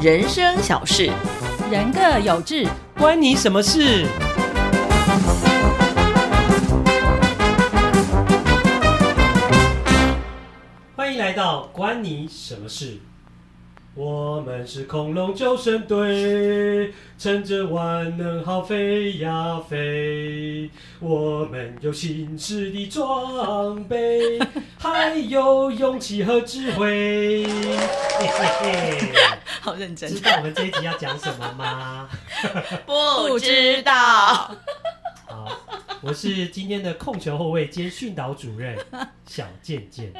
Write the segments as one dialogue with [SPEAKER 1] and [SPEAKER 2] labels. [SPEAKER 1] 人生小事，
[SPEAKER 2] 人各有志，
[SPEAKER 3] 关你什么事？欢迎来到关你什么事？我们是恐龙救生队，乘着万能号飞呀飞。我们有新式的装备，还有勇气和智慧。嘿嘿嘿
[SPEAKER 1] 好认真
[SPEAKER 3] 知。道我们这一集要讲什么吗？
[SPEAKER 1] 不知道，
[SPEAKER 3] 好，我是今天的控球后卫兼训导主任小健健。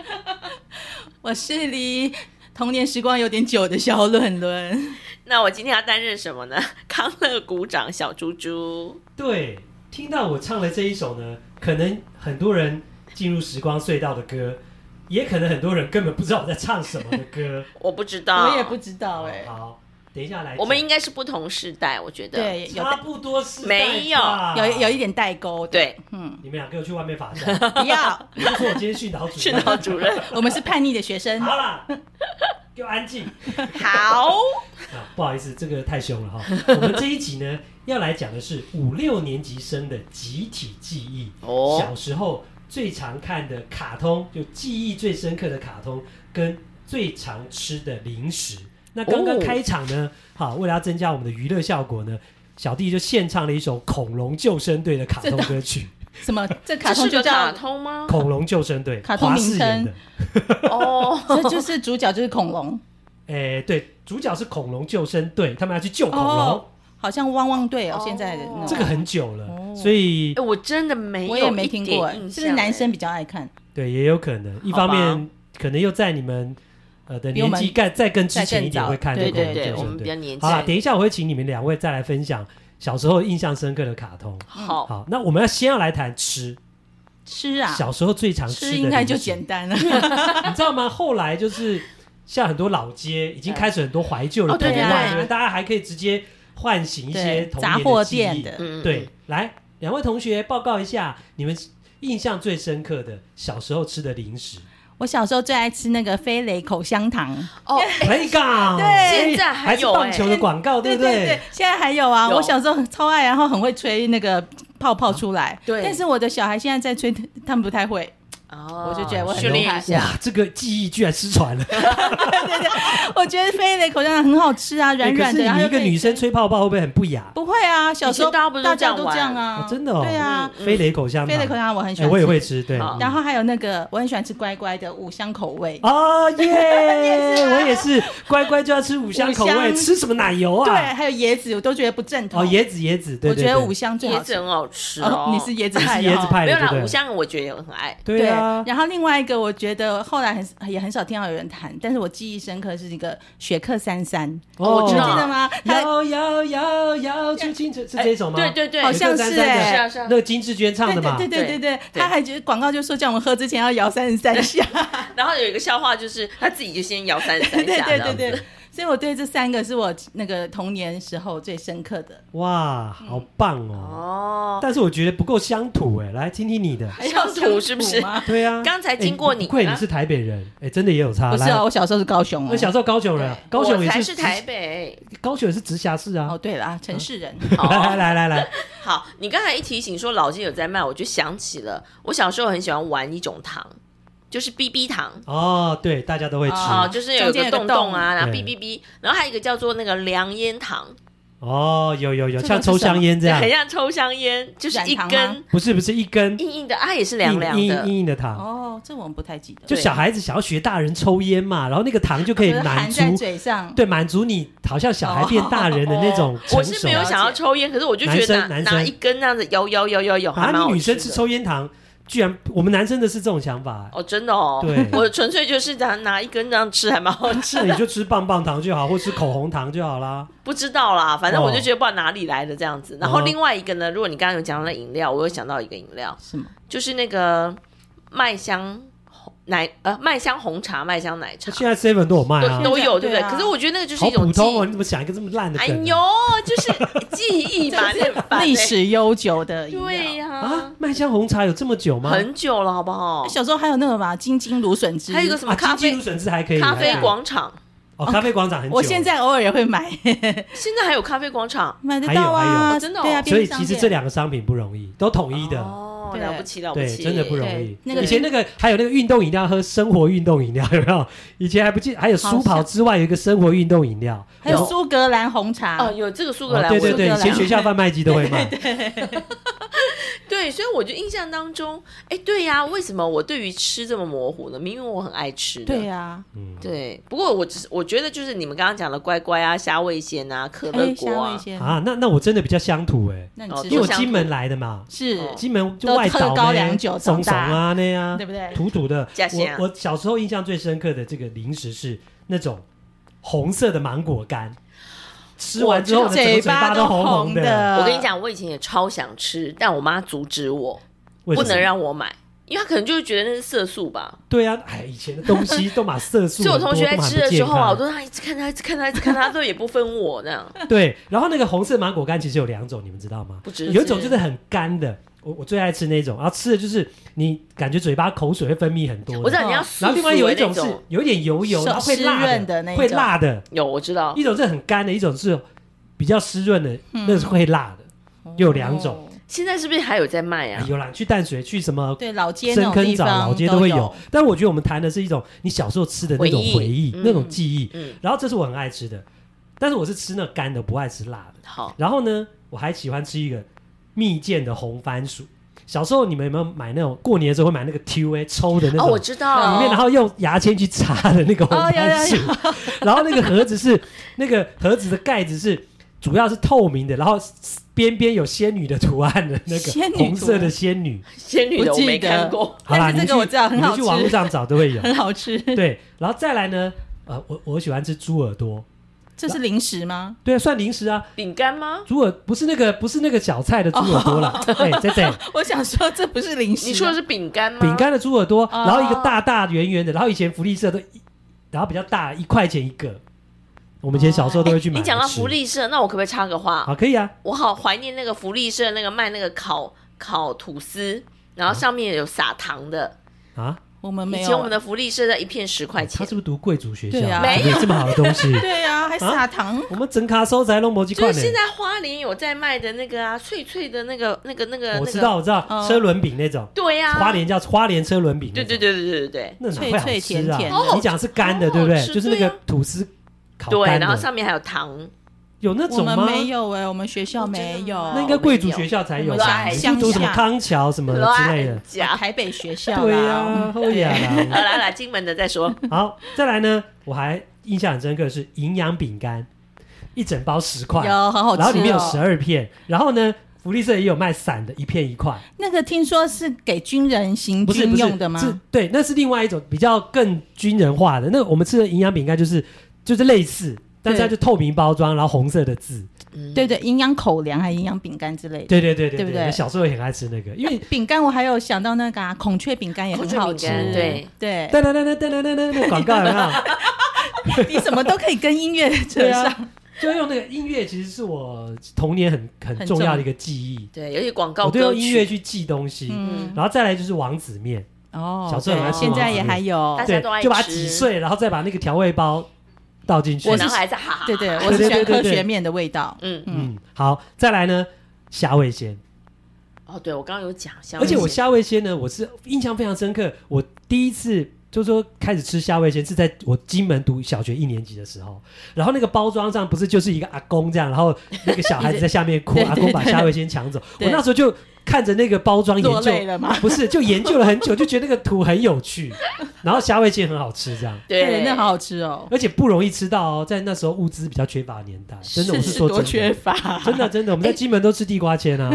[SPEAKER 2] 我是离童年时光有点久的小伦伦。
[SPEAKER 1] 那我今天要担任什么呢？ 康乐鼓掌小猪猪，
[SPEAKER 3] 对，听到我唱的这一首呢，可能很多人进入时光隧道的歌，也可能很多人根本不知道我在唱什么的歌。
[SPEAKER 1] 我不知道，
[SPEAKER 2] 我也不，知道哎、
[SPEAKER 3] 好，等一下来讲，
[SPEAKER 1] 我们应该是不同世代，我觉得。
[SPEAKER 2] 对，有
[SPEAKER 3] 差不多是
[SPEAKER 1] 没有
[SPEAKER 2] 有有一点代沟。
[SPEAKER 1] 对，
[SPEAKER 2] 嗯，
[SPEAKER 3] 你们俩给我去外面罚站。
[SPEAKER 2] 不要，
[SPEAKER 3] 你就说我今天训导主
[SPEAKER 1] 训
[SPEAKER 3] 任。
[SPEAKER 1] 导主 任，
[SPEAKER 2] 我们是叛逆的学生。
[SPEAKER 3] 好啦，给我安静。
[SPEAKER 1] 好，
[SPEAKER 3] 啊，不好意思，这个太凶了哈。 我们这一集呢，要来讲的是五六年级生的集体记忆。
[SPEAKER 1] 哦
[SPEAKER 3] 小时候最常看的卡通，就记忆最深刻的卡通，跟最常吃的零食。那刚刚
[SPEAKER 1] 哦
[SPEAKER 3] 开场呢，好，为了要增加我们的娱乐效果呢，小弟就献唱了一首《恐龙救生队》的卡通歌 曲，
[SPEAKER 2] 什么？这卡
[SPEAKER 1] 这
[SPEAKER 2] 通
[SPEAKER 1] 是
[SPEAKER 2] 就
[SPEAKER 1] 个卡
[SPEAKER 2] 叫，
[SPEAKER 1] 通吗？
[SPEAKER 3] 《恐龙救生队》
[SPEAKER 2] 卡通
[SPEAKER 3] 华视
[SPEAKER 2] 名称
[SPEAKER 3] 演的。
[SPEAKER 1] 哦，
[SPEAKER 2] 这就是主角就是恐龙，
[SPEAKER 3] 哎，对，主角是恐龙救生队，他们要去救恐龙，
[SPEAKER 2] 哦好像汪汪队哦
[SPEAKER 1] 哦，
[SPEAKER 2] 现在的那种
[SPEAKER 3] 这个很久了，
[SPEAKER 2] 哦
[SPEAKER 3] 所以
[SPEAKER 1] 哎，我真的没有，
[SPEAKER 2] 我也没听过哎、
[SPEAKER 1] 印象，
[SPEAKER 2] 是不是男生？比较爱看？
[SPEAKER 3] 对，也有可能。一
[SPEAKER 1] 好
[SPEAKER 3] 方
[SPEAKER 1] 吧
[SPEAKER 3] 面，可能又在你们呃的
[SPEAKER 2] 比我
[SPEAKER 3] 年
[SPEAKER 2] 们
[SPEAKER 3] 纪更再更之
[SPEAKER 2] 再
[SPEAKER 3] 前
[SPEAKER 2] 更
[SPEAKER 3] 一点
[SPEAKER 2] 早
[SPEAKER 3] 会看这
[SPEAKER 2] 对
[SPEAKER 1] 对
[SPEAKER 3] 个恐
[SPEAKER 1] 对
[SPEAKER 3] 龙
[SPEAKER 1] 对，
[SPEAKER 3] 救
[SPEAKER 1] 我们
[SPEAKER 3] 生
[SPEAKER 1] 比
[SPEAKER 3] 队。
[SPEAKER 1] 较年
[SPEAKER 3] 好了，
[SPEAKER 1] 轻。
[SPEAKER 3] 等一下我会请你们两位再来分享小时候印象深刻的卡通。
[SPEAKER 2] 嗯
[SPEAKER 1] 好，
[SPEAKER 3] 好，那我们要先要来谈吃，
[SPEAKER 2] 吃啊，
[SPEAKER 3] 小时候最常吃的
[SPEAKER 2] 吃应该就
[SPEAKER 3] 零食
[SPEAKER 2] 简，单了。
[SPEAKER 3] 你知道吗？后来就是像很多老街已经开始很多怀旧的
[SPEAKER 1] 哦对
[SPEAKER 3] 口
[SPEAKER 1] 对
[SPEAKER 3] 味，
[SPEAKER 1] 对
[SPEAKER 3] 不大家还可以直接唤醒一些
[SPEAKER 2] 对，
[SPEAKER 3] 童
[SPEAKER 2] 杂
[SPEAKER 3] 年
[SPEAKER 2] 货
[SPEAKER 3] 记
[SPEAKER 2] 店
[SPEAKER 3] 忆
[SPEAKER 2] 的。
[SPEAKER 1] 嗯，
[SPEAKER 3] 对，来，两位同学报告一下你们印象最深刻的小时候吃的零食。
[SPEAKER 2] 我小时候最爱吃那个飞雷口香糖，
[SPEAKER 1] 哦，
[SPEAKER 2] 哎
[SPEAKER 3] Playground，
[SPEAKER 1] 对现在还
[SPEAKER 3] 还是
[SPEAKER 1] 有
[SPEAKER 3] 棒球的广告，对不
[SPEAKER 2] 对
[SPEAKER 3] 对？，
[SPEAKER 2] 现在还有啊，
[SPEAKER 1] 有
[SPEAKER 2] 我小时候很超爱，然后很会吹那个泡泡出来。
[SPEAKER 1] 对
[SPEAKER 2] 但是我的小孩现在在吹，他们不太会。
[SPEAKER 1] 哦
[SPEAKER 2] 我就觉得我很
[SPEAKER 1] 训
[SPEAKER 2] 厉
[SPEAKER 1] 练
[SPEAKER 2] 害
[SPEAKER 1] 一下。
[SPEAKER 3] 哇，这个记忆居然失传了。
[SPEAKER 2] 我觉得飞雷口香糖很好吃
[SPEAKER 1] 哎
[SPEAKER 2] 啊， 软软的。
[SPEAKER 3] 哎可是
[SPEAKER 2] 然后
[SPEAKER 3] 你
[SPEAKER 2] 又嗯
[SPEAKER 3] 一个
[SPEAKER 2] 可以
[SPEAKER 3] 女生吹泡泡会不会很不雅？
[SPEAKER 2] 不会啊，小时候
[SPEAKER 1] 以前大家不是
[SPEAKER 2] 家
[SPEAKER 1] 都
[SPEAKER 2] 都
[SPEAKER 1] 这样
[SPEAKER 2] 这样
[SPEAKER 1] 玩
[SPEAKER 3] 哦，
[SPEAKER 2] 啊
[SPEAKER 3] 真的哦
[SPEAKER 2] 对啊，
[SPEAKER 1] 嗯
[SPEAKER 3] 飞雷口香
[SPEAKER 2] 飞雷口香
[SPEAKER 3] 糖，
[SPEAKER 2] 糖我很喜
[SPEAKER 3] 哎，
[SPEAKER 2] 欢，
[SPEAKER 3] 我也会。吃，对。
[SPEAKER 1] 好
[SPEAKER 2] 然后还有那个我很喜欢吃乖乖的五香口味，
[SPEAKER 3] 啊耶！我也是，乖乖就要吃五香口
[SPEAKER 2] 啊五
[SPEAKER 3] 味，
[SPEAKER 2] 香
[SPEAKER 3] 吃什么奶油
[SPEAKER 2] 对，
[SPEAKER 3] 啊？
[SPEAKER 2] 还有椰子，我都觉得不正统。
[SPEAKER 3] 哦，椰子椰子，对
[SPEAKER 2] 我
[SPEAKER 3] 对
[SPEAKER 2] 觉得五
[SPEAKER 3] 对，
[SPEAKER 2] 香最好
[SPEAKER 1] 椰
[SPEAKER 2] 吃
[SPEAKER 1] 子。很好吃
[SPEAKER 2] 哦
[SPEAKER 1] 哦，，
[SPEAKER 2] 你是椰子
[SPEAKER 3] 你是
[SPEAKER 2] 派的
[SPEAKER 3] 椰子
[SPEAKER 2] 哦
[SPEAKER 3] 派
[SPEAKER 1] 没有
[SPEAKER 3] 的，
[SPEAKER 1] 啦，
[SPEAKER 3] 对
[SPEAKER 1] 五
[SPEAKER 3] 不对？
[SPEAKER 1] 香我觉得也很爱。
[SPEAKER 3] 对啊，
[SPEAKER 2] 然后另外一个，我觉得后来很也很少听到有人谈，但是我记忆深刻是一个雪克三三，
[SPEAKER 1] 哦我
[SPEAKER 2] 你
[SPEAKER 1] 知
[SPEAKER 2] 记
[SPEAKER 1] 道
[SPEAKER 2] 得吗？他
[SPEAKER 3] 摇摇摇摇出青春是这首吗？
[SPEAKER 1] 对对对，
[SPEAKER 2] 好像
[SPEAKER 3] 有个
[SPEAKER 2] 是
[SPEAKER 3] 三三的
[SPEAKER 2] 哎
[SPEAKER 1] 是啊是啊
[SPEAKER 3] 那个金志娟唱的嘛。
[SPEAKER 2] 对对对对对，
[SPEAKER 1] 对
[SPEAKER 2] 他还觉得广告就说叫我们喝之前要摇三十三下，
[SPEAKER 1] 然后有一个笑话，就是他自己就先摇三十
[SPEAKER 2] 对
[SPEAKER 1] 三
[SPEAKER 2] 对
[SPEAKER 1] 下，
[SPEAKER 2] 对对对，所以我对这三个是我那个童年时候最深刻的。
[SPEAKER 3] 哇，
[SPEAKER 2] 嗯
[SPEAKER 3] 好棒哦！
[SPEAKER 1] 哦，
[SPEAKER 3] 但是我觉得不够乡土哎，来听听你的。
[SPEAKER 1] 乡土是不是
[SPEAKER 2] 乡土吗
[SPEAKER 3] 对啊，
[SPEAKER 1] 刚才经过你
[SPEAKER 3] 哎不愧
[SPEAKER 1] 啊
[SPEAKER 3] 你是台北人，哎，真的也有差。
[SPEAKER 2] 不是
[SPEAKER 3] 来
[SPEAKER 2] 哦，我小时候是高雄哦
[SPEAKER 3] 我。小时候高雄人啊，高雄
[SPEAKER 1] 我
[SPEAKER 3] 也
[SPEAKER 1] 才
[SPEAKER 3] 是直
[SPEAKER 1] 台，北。
[SPEAKER 3] 高雄也是直辖市啊
[SPEAKER 2] 哦，。对了啊，城市人，
[SPEAKER 1] 哦
[SPEAKER 3] 来来来来，
[SPEAKER 1] 好，你刚才一提醒说老街有在卖，我就想起了我小时候很喜欢玩一种糖，就是 BB 糖。
[SPEAKER 3] 哦，对，大家都会吃
[SPEAKER 1] 哦，
[SPEAKER 2] 啊
[SPEAKER 1] 就是有
[SPEAKER 2] 中间
[SPEAKER 1] 个
[SPEAKER 2] 有
[SPEAKER 1] 洞
[SPEAKER 2] 个
[SPEAKER 1] 洞啊，然后
[SPEAKER 3] 对
[SPEAKER 1] 哔哔哔，然后还有一个叫做那个凉烟糖，
[SPEAKER 3] 哦，有有有，
[SPEAKER 2] 这个
[SPEAKER 3] 像抽香烟这
[SPEAKER 1] 就
[SPEAKER 3] 样
[SPEAKER 1] 很，像抽香烟，就是一
[SPEAKER 2] 软糖
[SPEAKER 1] 根
[SPEAKER 2] 吗
[SPEAKER 3] 不是不是一根
[SPEAKER 1] 硬硬的，啊，也是凉
[SPEAKER 3] 硬
[SPEAKER 1] 凉
[SPEAKER 3] 硬
[SPEAKER 1] 的，
[SPEAKER 3] 硬硬的糖，
[SPEAKER 2] 哦，这我们不太记得，
[SPEAKER 3] 就小孩子想要学大人抽烟嘛，然后那个糖就
[SPEAKER 1] 哦
[SPEAKER 3] 可以
[SPEAKER 2] 就是
[SPEAKER 3] 满
[SPEAKER 2] 含在
[SPEAKER 3] 足，
[SPEAKER 2] 嘴上。
[SPEAKER 3] 对，满足你好像小孩变大人的那种
[SPEAKER 1] 哦我
[SPEAKER 3] 成
[SPEAKER 1] 是
[SPEAKER 3] 熟
[SPEAKER 1] 没。有想要抽烟，可是我就觉得拿
[SPEAKER 3] 男生男生
[SPEAKER 1] 拿一根那样子摇摇摇摇摇，还
[SPEAKER 3] 啊，
[SPEAKER 1] 蛮好
[SPEAKER 3] 你女生
[SPEAKER 1] 的
[SPEAKER 3] 吃抽烟糖，居然我们男生的是这种想法，啊
[SPEAKER 1] 哦，真的哦，
[SPEAKER 3] 对
[SPEAKER 1] 我纯粹就是拿拿一根这样吃，还蛮 好吃。
[SPEAKER 3] 那啊你就吃棒棒糖就好，或吃口红糖就好 啦。
[SPEAKER 1] 不知道啦，反正我就
[SPEAKER 3] 哦
[SPEAKER 1] 觉得不知道哪里来的这样子。然后
[SPEAKER 3] 嗯
[SPEAKER 1] 另外一个呢，如果你刚刚有讲到饮料，我有想到一个饮料，
[SPEAKER 2] 什么？
[SPEAKER 1] 就是那个麦香红奶呃麦香红茶、麦香奶茶
[SPEAKER 3] 现在 seven 都有卖啊
[SPEAKER 1] 都，都有，对不对？
[SPEAKER 2] 对啊
[SPEAKER 1] 可是我觉得那个就是
[SPEAKER 3] 好
[SPEAKER 1] 一种
[SPEAKER 3] 普
[SPEAKER 1] 记
[SPEAKER 3] 通哦！
[SPEAKER 1] 忆
[SPEAKER 3] 你，怎么想一个这么烂的
[SPEAKER 1] 哎
[SPEAKER 3] 梗
[SPEAKER 1] 呦
[SPEAKER 3] 啊？，
[SPEAKER 1] 就是记忆 嘛，你很烦欸
[SPEAKER 2] 历史悠久的饮料
[SPEAKER 1] 对呀、
[SPEAKER 3] 啊，麦香红茶有这么久吗？
[SPEAKER 1] 很久了，好不好？
[SPEAKER 2] 小时候还有那个嘛，金金芦笋汁，
[SPEAKER 1] 还有一个什么
[SPEAKER 3] 啊，
[SPEAKER 1] 咖
[SPEAKER 3] 金啊
[SPEAKER 1] 啡
[SPEAKER 3] 鸡芦笋汁还可以，
[SPEAKER 1] 咖
[SPEAKER 3] 还
[SPEAKER 1] 啡
[SPEAKER 3] 可以
[SPEAKER 1] 广场，
[SPEAKER 3] 哦，咖啡广场很久。
[SPEAKER 2] 我现在偶尔也会买，
[SPEAKER 1] 现在还有咖啡广场
[SPEAKER 2] 买得到啊，
[SPEAKER 3] 还
[SPEAKER 1] 有真的哦
[SPEAKER 2] 对啊，
[SPEAKER 3] 所
[SPEAKER 2] 便
[SPEAKER 3] 以
[SPEAKER 2] 利商
[SPEAKER 3] 其
[SPEAKER 2] 店
[SPEAKER 3] 实这两个商品不容易，都统一的。
[SPEAKER 1] 哦，
[SPEAKER 2] 对
[SPEAKER 1] 了不起了不
[SPEAKER 3] 对，
[SPEAKER 1] 起，
[SPEAKER 3] 真的不容易
[SPEAKER 2] 对。那
[SPEAKER 1] 个
[SPEAKER 3] 以前那个还有那个运动饮料，喝生活运动饮料 有没有？以前还不记，还有
[SPEAKER 2] 好
[SPEAKER 3] 舒跑
[SPEAKER 2] 像
[SPEAKER 3] 之外有一个生活运动饮料，
[SPEAKER 2] 还有
[SPEAKER 3] 然后
[SPEAKER 2] 苏格兰红茶，
[SPEAKER 1] 哦，有这个苏格
[SPEAKER 3] 哦
[SPEAKER 1] 兰，
[SPEAKER 3] 对
[SPEAKER 1] 我
[SPEAKER 3] 对
[SPEAKER 1] 有
[SPEAKER 3] 对，以
[SPEAKER 2] 苏格
[SPEAKER 3] 前
[SPEAKER 2] 兰
[SPEAKER 3] 学校贩卖机 都会卖。
[SPEAKER 1] 对，所以我就印象当中，哎，对呀、为什么我对于吃这么模糊呢？明明我很爱吃的。
[SPEAKER 2] 对呀、
[SPEAKER 3] 嗯，
[SPEAKER 1] 对不过我只是我觉得就是你们刚刚讲的乖乖啊、虾味鲜啊、可
[SPEAKER 2] 啊，
[SPEAKER 1] 乐
[SPEAKER 2] 虾
[SPEAKER 1] 果
[SPEAKER 2] 味
[SPEAKER 1] 啊，
[SPEAKER 2] 鲜，
[SPEAKER 3] 啊，那那我真的比较乡土哎，
[SPEAKER 2] 那你
[SPEAKER 1] 哦
[SPEAKER 2] 吃
[SPEAKER 3] 因为
[SPEAKER 2] 过
[SPEAKER 3] 我
[SPEAKER 1] 就像
[SPEAKER 3] 金门来的嘛，
[SPEAKER 2] 是
[SPEAKER 1] 哦
[SPEAKER 3] 金门就外岛
[SPEAKER 2] 都喝高粱酒
[SPEAKER 3] 呢，怂
[SPEAKER 2] 长
[SPEAKER 3] 怂
[SPEAKER 2] 大
[SPEAKER 3] 啊那样
[SPEAKER 2] 对，不对？
[SPEAKER 3] 土土的。
[SPEAKER 1] 假鲜啊
[SPEAKER 3] 我我小时候印象最深刻的这个零食是那种红色的芒果干，吃完之后呢，整个嘴巴都红
[SPEAKER 2] 红
[SPEAKER 3] 的。
[SPEAKER 1] 我跟你，讲，我以前也超想吃，但我妈阻止我，
[SPEAKER 3] 为什
[SPEAKER 1] 不
[SPEAKER 3] 么
[SPEAKER 1] 能让我买，因为她可能就会觉得那是色素吧。
[SPEAKER 3] 对啊，哎，以前的东西都把色 素
[SPEAKER 1] 所以我
[SPEAKER 3] 很多，
[SPEAKER 1] 同学在
[SPEAKER 3] 都蛮
[SPEAKER 1] 吃
[SPEAKER 3] 不
[SPEAKER 1] 的时
[SPEAKER 3] 健
[SPEAKER 1] 候啊，
[SPEAKER 3] 康
[SPEAKER 1] 我都让她一直看她，一直看她，一直看她，都也不分我那样。
[SPEAKER 3] 对。然后那个红色芒果干其实有两种，你们知道吗？
[SPEAKER 1] 不知
[SPEAKER 3] 有一种就是很干的，我我最爱吃那种，然后吃的就是你感觉嘴巴口水会分泌很多的。
[SPEAKER 1] 我知道
[SPEAKER 2] 哦
[SPEAKER 1] 你要素
[SPEAKER 3] 然后另外
[SPEAKER 1] 素
[SPEAKER 3] 有
[SPEAKER 1] 的
[SPEAKER 3] 一种
[SPEAKER 1] 那
[SPEAKER 3] 是有一点油油，然后会辣
[SPEAKER 2] 湿润的那一种
[SPEAKER 3] 会辣的，
[SPEAKER 1] 有我知道
[SPEAKER 3] 一种是很干的，一种是比较湿润的，那是会辣的。有两种
[SPEAKER 2] 嗯哦，
[SPEAKER 1] 现在是不是还有在卖
[SPEAKER 3] 哎
[SPEAKER 1] 啊？
[SPEAKER 3] 有啦，去淡水去什么
[SPEAKER 2] 对老街那
[SPEAKER 3] 深
[SPEAKER 2] 种
[SPEAKER 3] 坑
[SPEAKER 2] 地
[SPEAKER 3] 沼、
[SPEAKER 2] 方
[SPEAKER 3] 老街
[SPEAKER 2] 都
[SPEAKER 3] 会
[SPEAKER 2] 有。。
[SPEAKER 3] 但我觉得我们谈的是一种你小时候吃的那种
[SPEAKER 1] 回忆
[SPEAKER 3] 回忆，
[SPEAKER 1] 嗯
[SPEAKER 3] 那种记忆。
[SPEAKER 1] 嗯，
[SPEAKER 3] 然后这是我很爱吃的，但是我是吃那干的，不爱吃辣的。
[SPEAKER 1] 好，
[SPEAKER 3] 然后呢，我还喜欢吃一个蜜饯的红番薯。小时候你们有没有买那种过年的时候会买那个 Q A 抽的那
[SPEAKER 1] 哦，
[SPEAKER 3] 种
[SPEAKER 1] 我知道，
[SPEAKER 3] 里面，然后用牙签去插的那个
[SPEAKER 2] 哦
[SPEAKER 3] 红番薯， 然后那个盒子是那个盒子的盖子是主要是透明的，然后边边有仙女的图案的那
[SPEAKER 2] 仙
[SPEAKER 3] 个
[SPEAKER 2] 女
[SPEAKER 3] 红色
[SPEAKER 2] 图
[SPEAKER 3] 的
[SPEAKER 2] 案
[SPEAKER 3] 仙女。
[SPEAKER 1] 仙女的
[SPEAKER 2] 不
[SPEAKER 1] 我
[SPEAKER 2] 记
[SPEAKER 1] 没
[SPEAKER 2] 得
[SPEAKER 1] 看过，
[SPEAKER 3] 好啦，
[SPEAKER 2] 但是
[SPEAKER 3] 你
[SPEAKER 2] 这个
[SPEAKER 3] 去
[SPEAKER 2] 我知道很
[SPEAKER 3] 你们
[SPEAKER 2] 好
[SPEAKER 3] 去网
[SPEAKER 2] 吃
[SPEAKER 3] 络上找都 会有。
[SPEAKER 2] 很好吃，
[SPEAKER 3] 对，然后再来呢，呃，我我喜欢吃猪耳朵，
[SPEAKER 2] 这是零 食吗？
[SPEAKER 3] 对啊，算零食啊。
[SPEAKER 1] 饼干吗？
[SPEAKER 3] 猪耳不是那个不是那个小菜的猪耳朵啦，
[SPEAKER 2] 哦
[SPEAKER 3] 哎，在 在
[SPEAKER 2] 我想说这不是零食啊，
[SPEAKER 1] 你说的是饼干吗？
[SPEAKER 3] 饼干的猪耳朵，
[SPEAKER 2] 哦
[SPEAKER 3] 然后一个大大圆圆的，然后以前福利社都一，然后比较大，一块钱一个。我们以前小时候都会去买来
[SPEAKER 2] 哎
[SPEAKER 1] 你
[SPEAKER 3] 吃。
[SPEAKER 1] 讲到福利社，那我可不可以插个话？
[SPEAKER 3] 好，可以啊。
[SPEAKER 1] 我好怀念那个福利社那个卖那个烤烤吐司，然后上面有撒糖的。
[SPEAKER 3] 啊，哦
[SPEAKER 2] 我们没
[SPEAKER 1] 以前我们
[SPEAKER 2] 有，
[SPEAKER 1] 的福利社在一片十块
[SPEAKER 3] 他
[SPEAKER 1] 钱
[SPEAKER 3] 是，不是读贵族学校？
[SPEAKER 2] 对啊
[SPEAKER 1] 没有
[SPEAKER 3] 怎么有这么好的 东西。
[SPEAKER 2] 对啊，还撒糖，
[SPEAKER 3] 我们整卡收宅弄摩机
[SPEAKER 1] 就
[SPEAKER 3] 块
[SPEAKER 1] 是
[SPEAKER 3] 呢。
[SPEAKER 1] 现在花莲有在卖的那个啊，脆脆的那个那个那个，
[SPEAKER 3] 我
[SPEAKER 1] 那
[SPEAKER 3] 知
[SPEAKER 1] 个，
[SPEAKER 3] 道，我知道，
[SPEAKER 2] 哦
[SPEAKER 3] 车轮饼那种，
[SPEAKER 1] 对呀，
[SPEAKER 3] 花莲叫花莲车轮饼。
[SPEAKER 1] 对，对，对对对对对
[SPEAKER 3] 那哪会好
[SPEAKER 2] 脆脆
[SPEAKER 3] 吃
[SPEAKER 2] 甜
[SPEAKER 3] 啊
[SPEAKER 2] 甜？
[SPEAKER 1] 的
[SPEAKER 3] 你讲是干的，
[SPEAKER 1] 哦好好
[SPEAKER 3] 对不对？
[SPEAKER 1] 吃
[SPEAKER 3] 就是那个
[SPEAKER 1] 对啊
[SPEAKER 3] 吐司烤
[SPEAKER 1] 对，
[SPEAKER 3] 干
[SPEAKER 1] 然后
[SPEAKER 3] 的，
[SPEAKER 1] 上面还有糖，
[SPEAKER 3] 有那
[SPEAKER 2] 我
[SPEAKER 3] 种
[SPEAKER 2] 们
[SPEAKER 3] 吗？
[SPEAKER 2] 没有哎，我们学校
[SPEAKER 1] 哦真的吗
[SPEAKER 2] 没有，
[SPEAKER 3] 那应该贵族学校才有吧？
[SPEAKER 1] 我们
[SPEAKER 3] 你
[SPEAKER 1] 在
[SPEAKER 3] 就读什么
[SPEAKER 2] 乡下
[SPEAKER 3] 康桥什么之类的
[SPEAKER 1] 乱。 讲。
[SPEAKER 2] 台北学校啦嗯
[SPEAKER 3] 对啊呀，后呀啦。
[SPEAKER 1] 好啦啦，金门的再说，
[SPEAKER 3] 好，再来呢，我还印象很深刻的是营养饼干，一整包十块，
[SPEAKER 2] 有很好吃，哦
[SPEAKER 3] 然后里面有十
[SPEAKER 2] 蛇。
[SPEAKER 3] 二片，然后呢，福利社也有卖散的，一片一块，
[SPEAKER 2] 那个听说是给军人行
[SPEAKER 3] 不是
[SPEAKER 2] 嗯军
[SPEAKER 3] 不是
[SPEAKER 2] 用的吗？
[SPEAKER 3] 是对，那是另外一种比较更军人化的。那我们吃的营养饼干就是就是类似，但是它就透明包装，然后红色的字。
[SPEAKER 1] 嗯
[SPEAKER 2] 对对，营养口粮还营养饼干之类的。
[SPEAKER 3] 对对对对
[SPEAKER 2] 对不对
[SPEAKER 3] 小时候也很爱吃那个，因 为。
[SPEAKER 2] 饼干我还有想到那个啊，孔雀饼干也很好吃
[SPEAKER 1] 孔雀饼干。对
[SPEAKER 2] 对
[SPEAKER 3] 噔噔噔噔噔噔噔噔，广告有没有？
[SPEAKER 2] 你什么都可以跟音乐扯
[SPEAKER 3] 对
[SPEAKER 2] 上。
[SPEAKER 3] 啊，就用那个音乐，其实是我童年很很
[SPEAKER 2] 很
[SPEAKER 3] 重要
[SPEAKER 2] 重
[SPEAKER 3] 的一个记忆。
[SPEAKER 1] 对，尤其广告
[SPEAKER 3] 我都
[SPEAKER 1] 歌
[SPEAKER 3] 用音乐
[SPEAKER 1] 曲，
[SPEAKER 3] 去记东西，
[SPEAKER 2] 嗯，
[SPEAKER 3] 然后再来就是王子面，
[SPEAKER 2] 哦，
[SPEAKER 3] 小时候很爱
[SPEAKER 1] 吃
[SPEAKER 2] 对现
[SPEAKER 1] 王
[SPEAKER 2] 在
[SPEAKER 1] 子
[SPEAKER 2] 也
[SPEAKER 3] 面
[SPEAKER 2] 还有
[SPEAKER 1] 大。家
[SPEAKER 3] 对
[SPEAKER 1] 都爱，吃
[SPEAKER 3] 就把它挤碎，然后再把那个调味包倒进去。嗯
[SPEAKER 1] 我男孩子，哈哈，
[SPEAKER 2] 对对，
[SPEAKER 3] 对
[SPEAKER 2] 我是
[SPEAKER 3] 对
[SPEAKER 2] 喜欢
[SPEAKER 3] 对
[SPEAKER 2] 科
[SPEAKER 3] 对
[SPEAKER 2] 学面的味道。
[SPEAKER 1] 嗯，
[SPEAKER 2] 嗯，
[SPEAKER 3] 嗯，好，再来呢，虾味鲜，
[SPEAKER 1] 哦，对我刚刚有讲，香
[SPEAKER 3] 而且我
[SPEAKER 1] 味
[SPEAKER 3] 虾味鲜呢，我是印象非常深刻，我第一次。就说开始吃虾味鲜是在我金门读小学一年级的时候，然后那个包装上不是就是一个阿公这样，然后那个小孩子在下面哭，
[SPEAKER 2] 对对
[SPEAKER 3] 阿公把虾味鲜抢走。我
[SPEAKER 2] 对
[SPEAKER 3] 那时候就看着那个包装研
[SPEAKER 2] 落泪
[SPEAKER 3] 究，
[SPEAKER 2] 了吗？
[SPEAKER 3] 不是就研究了很久，就觉得那个图很有趣，然后虾味鲜很好吃这样。
[SPEAKER 1] 对，
[SPEAKER 2] 那好好吃 哦。
[SPEAKER 3] 而且不容易吃到哦，在那时候物资比较缺乏的年代，真的，我
[SPEAKER 2] 是
[SPEAKER 3] 是
[SPEAKER 2] 是
[SPEAKER 3] 说
[SPEAKER 2] 多
[SPEAKER 3] 真
[SPEAKER 2] 缺
[SPEAKER 3] 的，
[SPEAKER 2] 乏，哎
[SPEAKER 3] 真的真的，我们在金门都吃地瓜签 啊，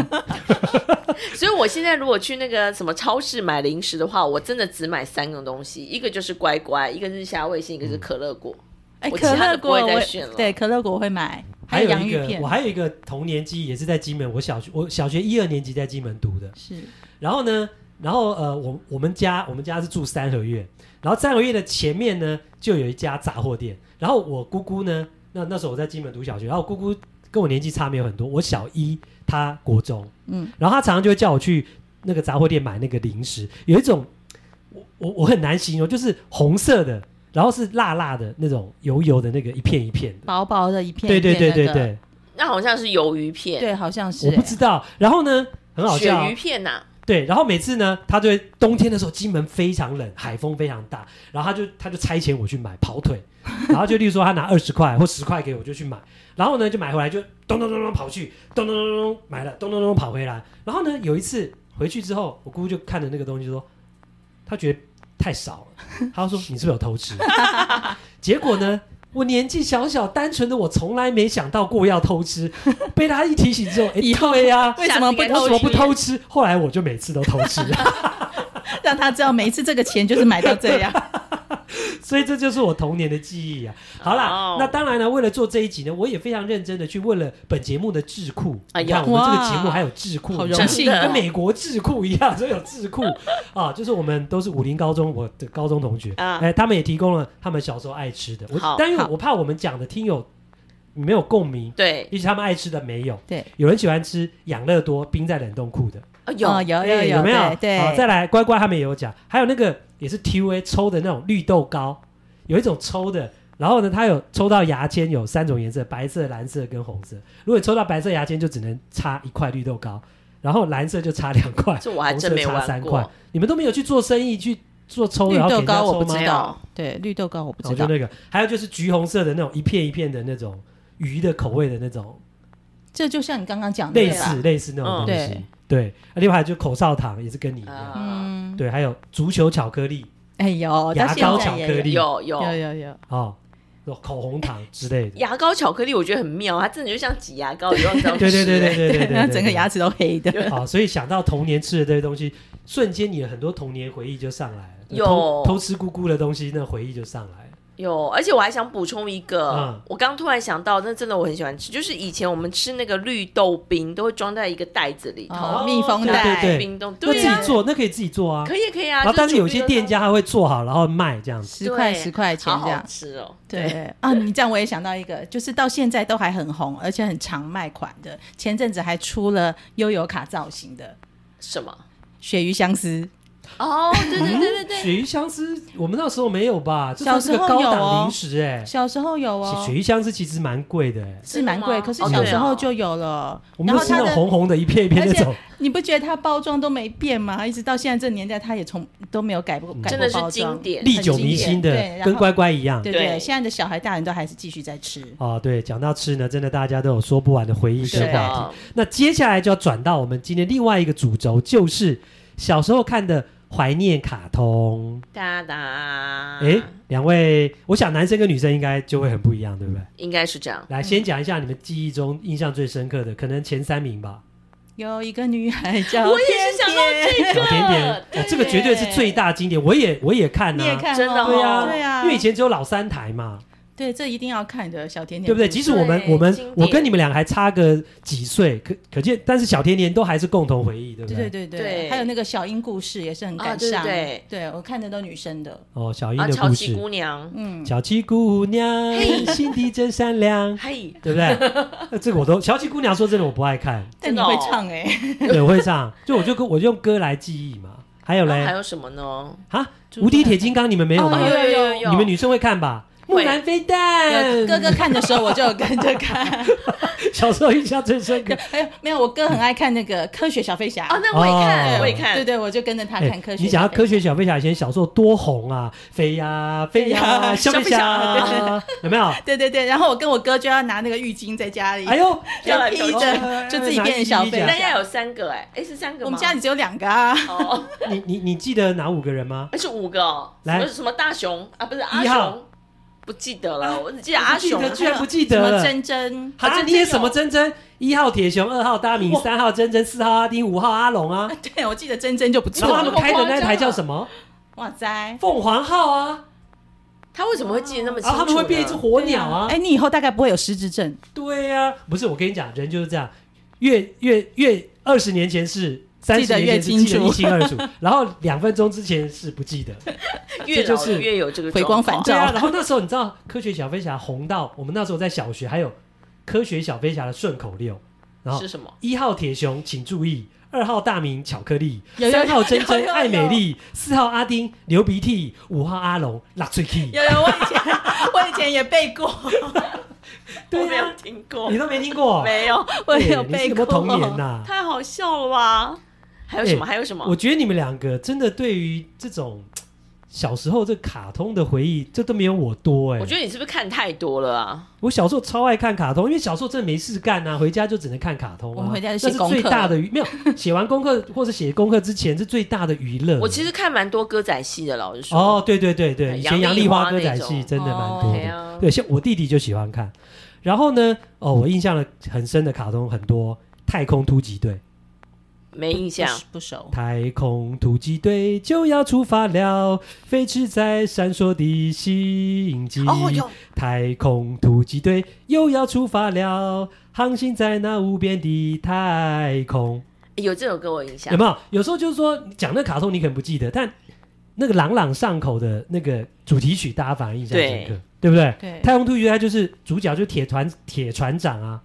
[SPEAKER 1] 所以我现在如果去那个什么超市买零食的话，我真的只买三种东西，一个就是乖乖，一个是虾味鲜，一个是可乐果。
[SPEAKER 2] 哎，
[SPEAKER 1] 我
[SPEAKER 2] 可
[SPEAKER 1] 其他
[SPEAKER 2] 乐
[SPEAKER 1] 的不
[SPEAKER 2] 果
[SPEAKER 1] 会
[SPEAKER 2] 我
[SPEAKER 1] 再选了
[SPEAKER 2] 对可乐果我会买，
[SPEAKER 3] 还有
[SPEAKER 2] 有洋
[SPEAKER 3] 一
[SPEAKER 2] 芋
[SPEAKER 3] 个
[SPEAKER 2] 片
[SPEAKER 3] 我还有一个童年记忆也是在金门，我小学我小学一二年级在金门读的，
[SPEAKER 2] 是
[SPEAKER 3] 然后呢，然后呃，我我们家我们家是住三合院，然后三合院的前面呢就有一家杂货店，然后我姑姑呢，那那时候我在金门读小学，然后我姑姑跟我年纪差没有很多，我小一，她国中，
[SPEAKER 2] 嗯，
[SPEAKER 3] 然后她常常就会叫我去那个杂货店买那个零食，有一种我我我很难形容，就是红色的，然后是辣辣的那种油油的那个一片一片的，
[SPEAKER 2] 薄薄哦的一片
[SPEAKER 3] 对
[SPEAKER 2] 一
[SPEAKER 3] 对
[SPEAKER 2] 片
[SPEAKER 3] 对对
[SPEAKER 2] 那个
[SPEAKER 3] 对，
[SPEAKER 1] 那好像是鱿鱼片，
[SPEAKER 2] 对，好像是
[SPEAKER 3] 我不知道。然后呢，很好笑
[SPEAKER 1] 鳕
[SPEAKER 3] 哦
[SPEAKER 1] 鱼，片呐、
[SPEAKER 3] 对。然后每次呢，他就会冬天的时候，金门非常冷，海风非常大，然后他就他就差遣我去买跑腿， 然后就例如说他拿二十块或十块给我就去买，然后呢就买回来就咚咚咚咚跑去，咚咚咚咚买了，咚咚咚咚跑回来。然后呢有一次回去之后，我姑姑就看着那个东西说，她觉得太少了， 她说你是不是有偷吃？ 结果呢？我年纪小小单纯的我，从来没想到过要偷吃， 被她一提醒之后，哎、
[SPEAKER 2] 以后
[SPEAKER 3] 对呀、
[SPEAKER 2] 为什
[SPEAKER 1] 下
[SPEAKER 2] 么
[SPEAKER 1] 次
[SPEAKER 2] 不
[SPEAKER 1] 应该偷
[SPEAKER 3] 我怎么
[SPEAKER 1] 吃
[SPEAKER 3] 不偷吃？后来我就每次都偷吃，
[SPEAKER 2] 让他知道每一次这个钱就是买到这样。
[SPEAKER 3] 所以这就是我童年的记忆啊。好啦
[SPEAKER 1] 哦
[SPEAKER 3] 那当然了，为了做这一集呢，我也非常认真的去问了本节目的智库。
[SPEAKER 1] 哎
[SPEAKER 3] 你
[SPEAKER 1] 呀
[SPEAKER 3] 看我们这个
[SPEAKER 2] 哇
[SPEAKER 3] 节目还有智库，
[SPEAKER 2] 好
[SPEAKER 3] 你
[SPEAKER 2] 荣
[SPEAKER 3] 看
[SPEAKER 2] 幸哦
[SPEAKER 1] 真的
[SPEAKER 3] 跟美国智库一样，所以有智库啊，就是我们都是武林高中我的高中同学，哎、
[SPEAKER 1] 啊
[SPEAKER 3] 他们也提供了他们小时候爱吃的。我
[SPEAKER 1] 好
[SPEAKER 3] 但因为
[SPEAKER 2] 好
[SPEAKER 3] 我怕我们讲的听友没有共鸣，
[SPEAKER 1] 对，
[SPEAKER 3] 也许他们爱吃的没有。
[SPEAKER 2] 对，
[SPEAKER 3] 有人喜欢吃养乐多冰在冷冻库的。
[SPEAKER 1] 啊有、
[SPEAKER 2] 哦有有
[SPEAKER 3] 对哎有没有？
[SPEAKER 2] 对
[SPEAKER 3] 好，
[SPEAKER 2] 对
[SPEAKER 3] 再来乖乖他们也有讲，还有那个也是 TUA 抽的那种绿豆糕，有一种抽的，然后呢，它有抽到牙签有三种颜色，白色、蓝色跟红色。如果抽到白色牙签，就只能插一块绿豆糕，然后蓝色就插两块，
[SPEAKER 1] 这我还真没
[SPEAKER 3] 红色插
[SPEAKER 1] 玩
[SPEAKER 3] 三块
[SPEAKER 1] 过。。
[SPEAKER 3] 你们都没有去做生意去做抽，
[SPEAKER 2] 绿
[SPEAKER 3] 然后给
[SPEAKER 2] 豆
[SPEAKER 3] 人家
[SPEAKER 2] 糕
[SPEAKER 3] 抽
[SPEAKER 2] 我
[SPEAKER 3] 吗
[SPEAKER 2] 不知
[SPEAKER 1] 没？有
[SPEAKER 2] 道，对，绿豆糕我不
[SPEAKER 3] 然后
[SPEAKER 2] 知
[SPEAKER 3] 就
[SPEAKER 2] 道，
[SPEAKER 3] 那个，还有就是橘红色的那种一片一片的那种鱼的口味的那种，
[SPEAKER 2] 这就像你刚刚讲的
[SPEAKER 3] 类
[SPEAKER 2] 对吧
[SPEAKER 3] 似类似那种
[SPEAKER 1] 嗯
[SPEAKER 3] 东西。对，另外还有就口哨糖也是跟你一样。
[SPEAKER 1] 啊
[SPEAKER 2] 嗯，
[SPEAKER 3] 对，还有足球巧克力
[SPEAKER 2] 哎有，到
[SPEAKER 3] 牙
[SPEAKER 2] 现
[SPEAKER 3] 膏
[SPEAKER 2] 在
[SPEAKER 3] 巧
[SPEAKER 2] 也
[SPEAKER 3] 克
[SPEAKER 2] 有
[SPEAKER 3] 力
[SPEAKER 1] 有
[SPEAKER 2] 有
[SPEAKER 1] 有
[SPEAKER 2] 有有，
[SPEAKER 3] 哦，那种口红糖之类的。
[SPEAKER 1] 牙膏巧克力，我觉得很妙，它真的就像挤牙膏一样这样
[SPEAKER 3] 对对对对对 对对，
[SPEAKER 2] 然后整个牙齿都黑的，
[SPEAKER 3] 好，所以想到童年吃的这些东西，瞬间你的很多童年回忆就上来了。
[SPEAKER 1] 有
[SPEAKER 3] 偷偷吃咕咕的东西，那回忆就上来了。
[SPEAKER 1] 有，而且我还想补充一个，
[SPEAKER 3] 嗯
[SPEAKER 1] 我刚突然想到，那真的我很喜欢吃，就是以前我们吃那个绿豆冰，都会装在一个袋子里头，
[SPEAKER 2] 哦密封
[SPEAKER 3] 对
[SPEAKER 2] 袋，
[SPEAKER 3] 对
[SPEAKER 1] 冰冻，
[SPEAKER 3] 那
[SPEAKER 2] 啊
[SPEAKER 1] 对
[SPEAKER 3] 自
[SPEAKER 1] 呀、
[SPEAKER 3] 己做，那可以自己做啊。
[SPEAKER 1] 可以可以啊。
[SPEAKER 3] 然后，
[SPEAKER 1] 就
[SPEAKER 3] 但是有
[SPEAKER 1] 煮
[SPEAKER 3] 些
[SPEAKER 1] 冰
[SPEAKER 3] 店
[SPEAKER 1] 冻
[SPEAKER 3] 家他会做好，然后卖这样子。
[SPEAKER 2] 十块
[SPEAKER 1] 对
[SPEAKER 2] 十块钱
[SPEAKER 1] 好
[SPEAKER 2] 这
[SPEAKER 1] 好
[SPEAKER 2] 样。
[SPEAKER 1] 吃哦，
[SPEAKER 2] 对啊，你这样我也想到一个，就是到现在都还很红，而且很常卖款的。前阵子还出了悠游卡造型的
[SPEAKER 1] 什么？
[SPEAKER 2] 鳕鱼相思，
[SPEAKER 1] 哦，对对
[SPEAKER 3] 嗯
[SPEAKER 1] 对对对，
[SPEAKER 3] 鳕鱼相思，我们那时候没有吧？这
[SPEAKER 2] 小
[SPEAKER 3] 算是个
[SPEAKER 2] 时候
[SPEAKER 3] 高
[SPEAKER 2] 有
[SPEAKER 3] 档
[SPEAKER 2] 哦
[SPEAKER 3] 零食哎。
[SPEAKER 2] 小时候有
[SPEAKER 3] 鳕
[SPEAKER 2] 哦，
[SPEAKER 3] 鱼相思其实蛮贵的哎，
[SPEAKER 2] 是蛮贵，
[SPEAKER 1] 真的吗
[SPEAKER 2] 可是
[SPEAKER 1] 哦
[SPEAKER 2] 小
[SPEAKER 3] 对
[SPEAKER 2] 时候
[SPEAKER 1] 哦
[SPEAKER 2] 就有了。
[SPEAKER 3] 我们
[SPEAKER 2] 然
[SPEAKER 3] 都
[SPEAKER 2] 后
[SPEAKER 3] 吃那
[SPEAKER 2] 它
[SPEAKER 3] 种
[SPEAKER 2] 的
[SPEAKER 3] 红红的一片一片那
[SPEAKER 2] 而且
[SPEAKER 3] 种。
[SPEAKER 2] 你不觉得它包装都没变吗？一直到现在这年代，它也从都没有改过，改
[SPEAKER 1] 真
[SPEAKER 2] 过
[SPEAKER 1] 的是
[SPEAKER 2] 包
[SPEAKER 1] 经
[SPEAKER 2] 装。
[SPEAKER 1] 典。
[SPEAKER 3] 历久弥
[SPEAKER 2] 很经典
[SPEAKER 3] 新的
[SPEAKER 2] 对，然后
[SPEAKER 3] 跟乖乖一样。
[SPEAKER 2] 对
[SPEAKER 1] 对
[SPEAKER 2] 对，现在的小孩、大人都还是继续在吃。
[SPEAKER 3] 哦，对，讲到吃呢，真的大家都有说不完的回忆
[SPEAKER 2] 是
[SPEAKER 3] 跟
[SPEAKER 1] 对
[SPEAKER 3] 话题。
[SPEAKER 1] 啊，
[SPEAKER 3] 那接下来就要转到我们今天另外一个主轴，就是小时候看的怀念卡通。
[SPEAKER 1] 哒
[SPEAKER 2] 啊
[SPEAKER 1] 哒，
[SPEAKER 3] 哎、两位，我想男生跟女生应该就会很不一样，对不对？
[SPEAKER 1] 应该是这样。
[SPEAKER 3] 来，先讲一下你们记忆中印象最深刻的，可能前三名 吧。
[SPEAKER 2] 有一个女孩叫
[SPEAKER 1] 我也是想到这
[SPEAKER 3] 小甜甜，
[SPEAKER 1] 对
[SPEAKER 3] 哦，这个绝对是最大经典，我也我也看
[SPEAKER 2] 你
[SPEAKER 3] 呐、
[SPEAKER 2] 也看哦，
[SPEAKER 1] 真的哦
[SPEAKER 3] 对呀、
[SPEAKER 2] 对啊，
[SPEAKER 3] 因为以前只有老三台嘛，
[SPEAKER 2] 对这一定要看的小甜甜，
[SPEAKER 3] 对不对？即使我们
[SPEAKER 1] 对
[SPEAKER 3] 我们
[SPEAKER 1] 经典
[SPEAKER 3] 我跟你们俩还差个几岁，可可见，但是小甜甜都还是共同回忆，对不
[SPEAKER 2] 对对对对，
[SPEAKER 1] 对
[SPEAKER 2] 还有那个小樱故事也是很感伤，
[SPEAKER 1] 啊对
[SPEAKER 2] 我看的都女生的，
[SPEAKER 3] 哦，小樱
[SPEAKER 1] 啊，
[SPEAKER 3] 的
[SPEAKER 1] 乔
[SPEAKER 3] 故
[SPEAKER 1] 琪
[SPEAKER 3] 事，
[SPEAKER 1] 姑娘，
[SPEAKER 2] 嗯，
[SPEAKER 3] 小七姑娘
[SPEAKER 1] 嘿
[SPEAKER 3] 心地真善良，
[SPEAKER 1] 嘿，
[SPEAKER 3] 对不对？呃这个我都小七姑娘说真的我不爱看，
[SPEAKER 2] 但
[SPEAKER 1] 真
[SPEAKER 2] 你
[SPEAKER 1] 的
[SPEAKER 2] 会
[SPEAKER 1] 哦
[SPEAKER 2] 唱哎、
[SPEAKER 3] 对，我会唱，就我就跟我就用歌来记忆嘛。还有
[SPEAKER 1] 然哦后还
[SPEAKER 3] 嘞，
[SPEAKER 1] 有什么呢？
[SPEAKER 3] 啊，无敌铁金刚你们没有吗
[SPEAKER 2] 哦？有
[SPEAKER 1] 有有，
[SPEAKER 3] 你们女生会看吧？木
[SPEAKER 1] 会
[SPEAKER 3] 兰飞
[SPEAKER 2] 有
[SPEAKER 1] 哦
[SPEAKER 3] 弹，
[SPEAKER 2] 哥哥看的时候我就有跟着看，
[SPEAKER 3] 小时候印象最深刻。
[SPEAKER 2] 还有没有？我哥很爱看那个科学小飞侠，
[SPEAKER 1] 啊，那我也
[SPEAKER 3] 哦
[SPEAKER 1] 看，我也看，
[SPEAKER 2] 对对，我就跟着他
[SPEAKER 3] 哎
[SPEAKER 2] 看科学小飞侠。
[SPEAKER 3] 你想要科学小飞侠以前小时候多红啊，飞呀飞呀，小飞
[SPEAKER 1] 小飞
[SPEAKER 3] 侠，有没有？
[SPEAKER 2] 对对对，然后我跟我哥就要拿那个浴巾在家里，
[SPEAKER 3] 哎呦，哎
[SPEAKER 1] 要来
[SPEAKER 2] 披
[SPEAKER 1] 表
[SPEAKER 2] 着，就自己变成小飞
[SPEAKER 3] 对啊
[SPEAKER 1] 那
[SPEAKER 2] 侠。
[SPEAKER 1] 要有三个哎、哎是三个吗？
[SPEAKER 2] 我们家里只有两个啊，
[SPEAKER 1] 哦，
[SPEAKER 3] 你你你记得哪五个人吗？
[SPEAKER 1] 而且五个哦，
[SPEAKER 3] 来
[SPEAKER 1] 什么什么大熊啊，不是阿
[SPEAKER 3] 一号啊
[SPEAKER 1] 雄，不记得了，我只记得阿啊
[SPEAKER 3] 记
[SPEAKER 1] 雄
[SPEAKER 3] 得，居然不记
[SPEAKER 2] 什
[SPEAKER 3] 得了
[SPEAKER 2] 么珍珍，
[SPEAKER 3] 啊，
[SPEAKER 1] 真
[SPEAKER 3] 你也
[SPEAKER 1] 真
[SPEAKER 3] 什么
[SPEAKER 1] 有
[SPEAKER 3] 珍珍？一号铁熊，二号大米，
[SPEAKER 1] 哇
[SPEAKER 3] 三号珍珍，四号阿丁，五号阿龙啊。
[SPEAKER 2] 对我记得珍珍就不
[SPEAKER 3] 然后他
[SPEAKER 2] 错。
[SPEAKER 3] 们开的那
[SPEAKER 1] 夸张
[SPEAKER 3] 台
[SPEAKER 1] 啊
[SPEAKER 3] 叫什么？
[SPEAKER 2] 哇塞，
[SPEAKER 3] 凤凰号啊，
[SPEAKER 1] 他为什么会记得那么清
[SPEAKER 3] 然
[SPEAKER 1] 楚呢？
[SPEAKER 3] 后哦他们会变一只火鸟啊
[SPEAKER 2] 哎，。你以后大概不会有失智症。
[SPEAKER 3] 对呀，不是我跟你讲，人就是这样，越越越二十年前是。三
[SPEAKER 2] 记
[SPEAKER 3] 十
[SPEAKER 2] 得
[SPEAKER 3] 年前
[SPEAKER 2] 越
[SPEAKER 3] 是记得
[SPEAKER 2] 清
[SPEAKER 3] 一
[SPEAKER 2] 楚
[SPEAKER 3] 清 二楚，然后两分钟之前是不记得。
[SPEAKER 1] 越
[SPEAKER 3] 这就
[SPEAKER 1] 老
[SPEAKER 3] 是
[SPEAKER 1] 越有这个
[SPEAKER 2] 回光返
[SPEAKER 1] 状况
[SPEAKER 3] 对啊，
[SPEAKER 2] 照
[SPEAKER 3] 然后那时候你知道，科学小飞侠红到我们那时候在小学还有科学小飞侠的顺口溜，然后
[SPEAKER 1] 是什么？
[SPEAKER 3] 一号铁熊请注意，二号大明巧克力，
[SPEAKER 2] 有有
[SPEAKER 3] 三号珍珍
[SPEAKER 2] 有有有
[SPEAKER 3] 爱美丽，四号阿丁流鼻涕，五号阿龙拉嘴涕。
[SPEAKER 2] 有有，我以前 我以前也背过，
[SPEAKER 1] 我没
[SPEAKER 3] 对
[SPEAKER 1] 有
[SPEAKER 3] 啊，
[SPEAKER 1] 听过
[SPEAKER 3] 你，都没听过？
[SPEAKER 1] 没 有，
[SPEAKER 2] 我
[SPEAKER 3] 哎
[SPEAKER 2] 也有
[SPEAKER 3] 你是
[SPEAKER 2] 背
[SPEAKER 3] 有没
[SPEAKER 2] 过。
[SPEAKER 3] 有童年啊呐？
[SPEAKER 1] 太好笑了吧？还有什么？
[SPEAKER 3] 哎
[SPEAKER 1] 还有什么？
[SPEAKER 3] 我觉得你们两个真的对于这种小时候这卡通的回忆，这都没有我多哎、
[SPEAKER 1] 我觉得你是不是看太多了啊？
[SPEAKER 3] 我小时候超爱看卡通，因为小时候真的没事干啊，回家就只能看卡通、啊。
[SPEAKER 2] 我们回家就
[SPEAKER 3] 那
[SPEAKER 2] 写
[SPEAKER 3] 是
[SPEAKER 2] 功课
[SPEAKER 3] 最大的娱没有写完功课或者写功课之前是最大的娱乐。
[SPEAKER 1] 我其实看蛮多歌仔戏的，老实说。
[SPEAKER 3] 嗯哦，对对对对，
[SPEAKER 1] 哎
[SPEAKER 3] 以前
[SPEAKER 1] 杨
[SPEAKER 3] 杨
[SPEAKER 1] 丽
[SPEAKER 3] 丽
[SPEAKER 1] 花
[SPEAKER 3] 花歌仔
[SPEAKER 1] 那
[SPEAKER 3] 戏
[SPEAKER 1] 种
[SPEAKER 3] 真的蛮多
[SPEAKER 2] 哦
[SPEAKER 3] 的。
[SPEAKER 1] 哎呀
[SPEAKER 3] 对，像我弟弟就喜欢看。然后呢，哦，我印象的很深的卡通很多，《太空突击队》。
[SPEAKER 1] 哦没印象。
[SPEAKER 2] 不熟。
[SPEAKER 3] 太空突击队就要出发了，飞驰在闪烁的星际。
[SPEAKER 1] 哦，有
[SPEAKER 3] 太空突击队又要出发了，航行在那无边的太空。
[SPEAKER 1] 有这首歌我有印象
[SPEAKER 3] 有。没有？有时候就是说讲那卡通你可能不记得，但那个朗朗上口的那个主题曲，大家反而印象深刻，对不对？
[SPEAKER 2] 对
[SPEAKER 3] 太空突击队它就是主角就是铁船铁船长啊，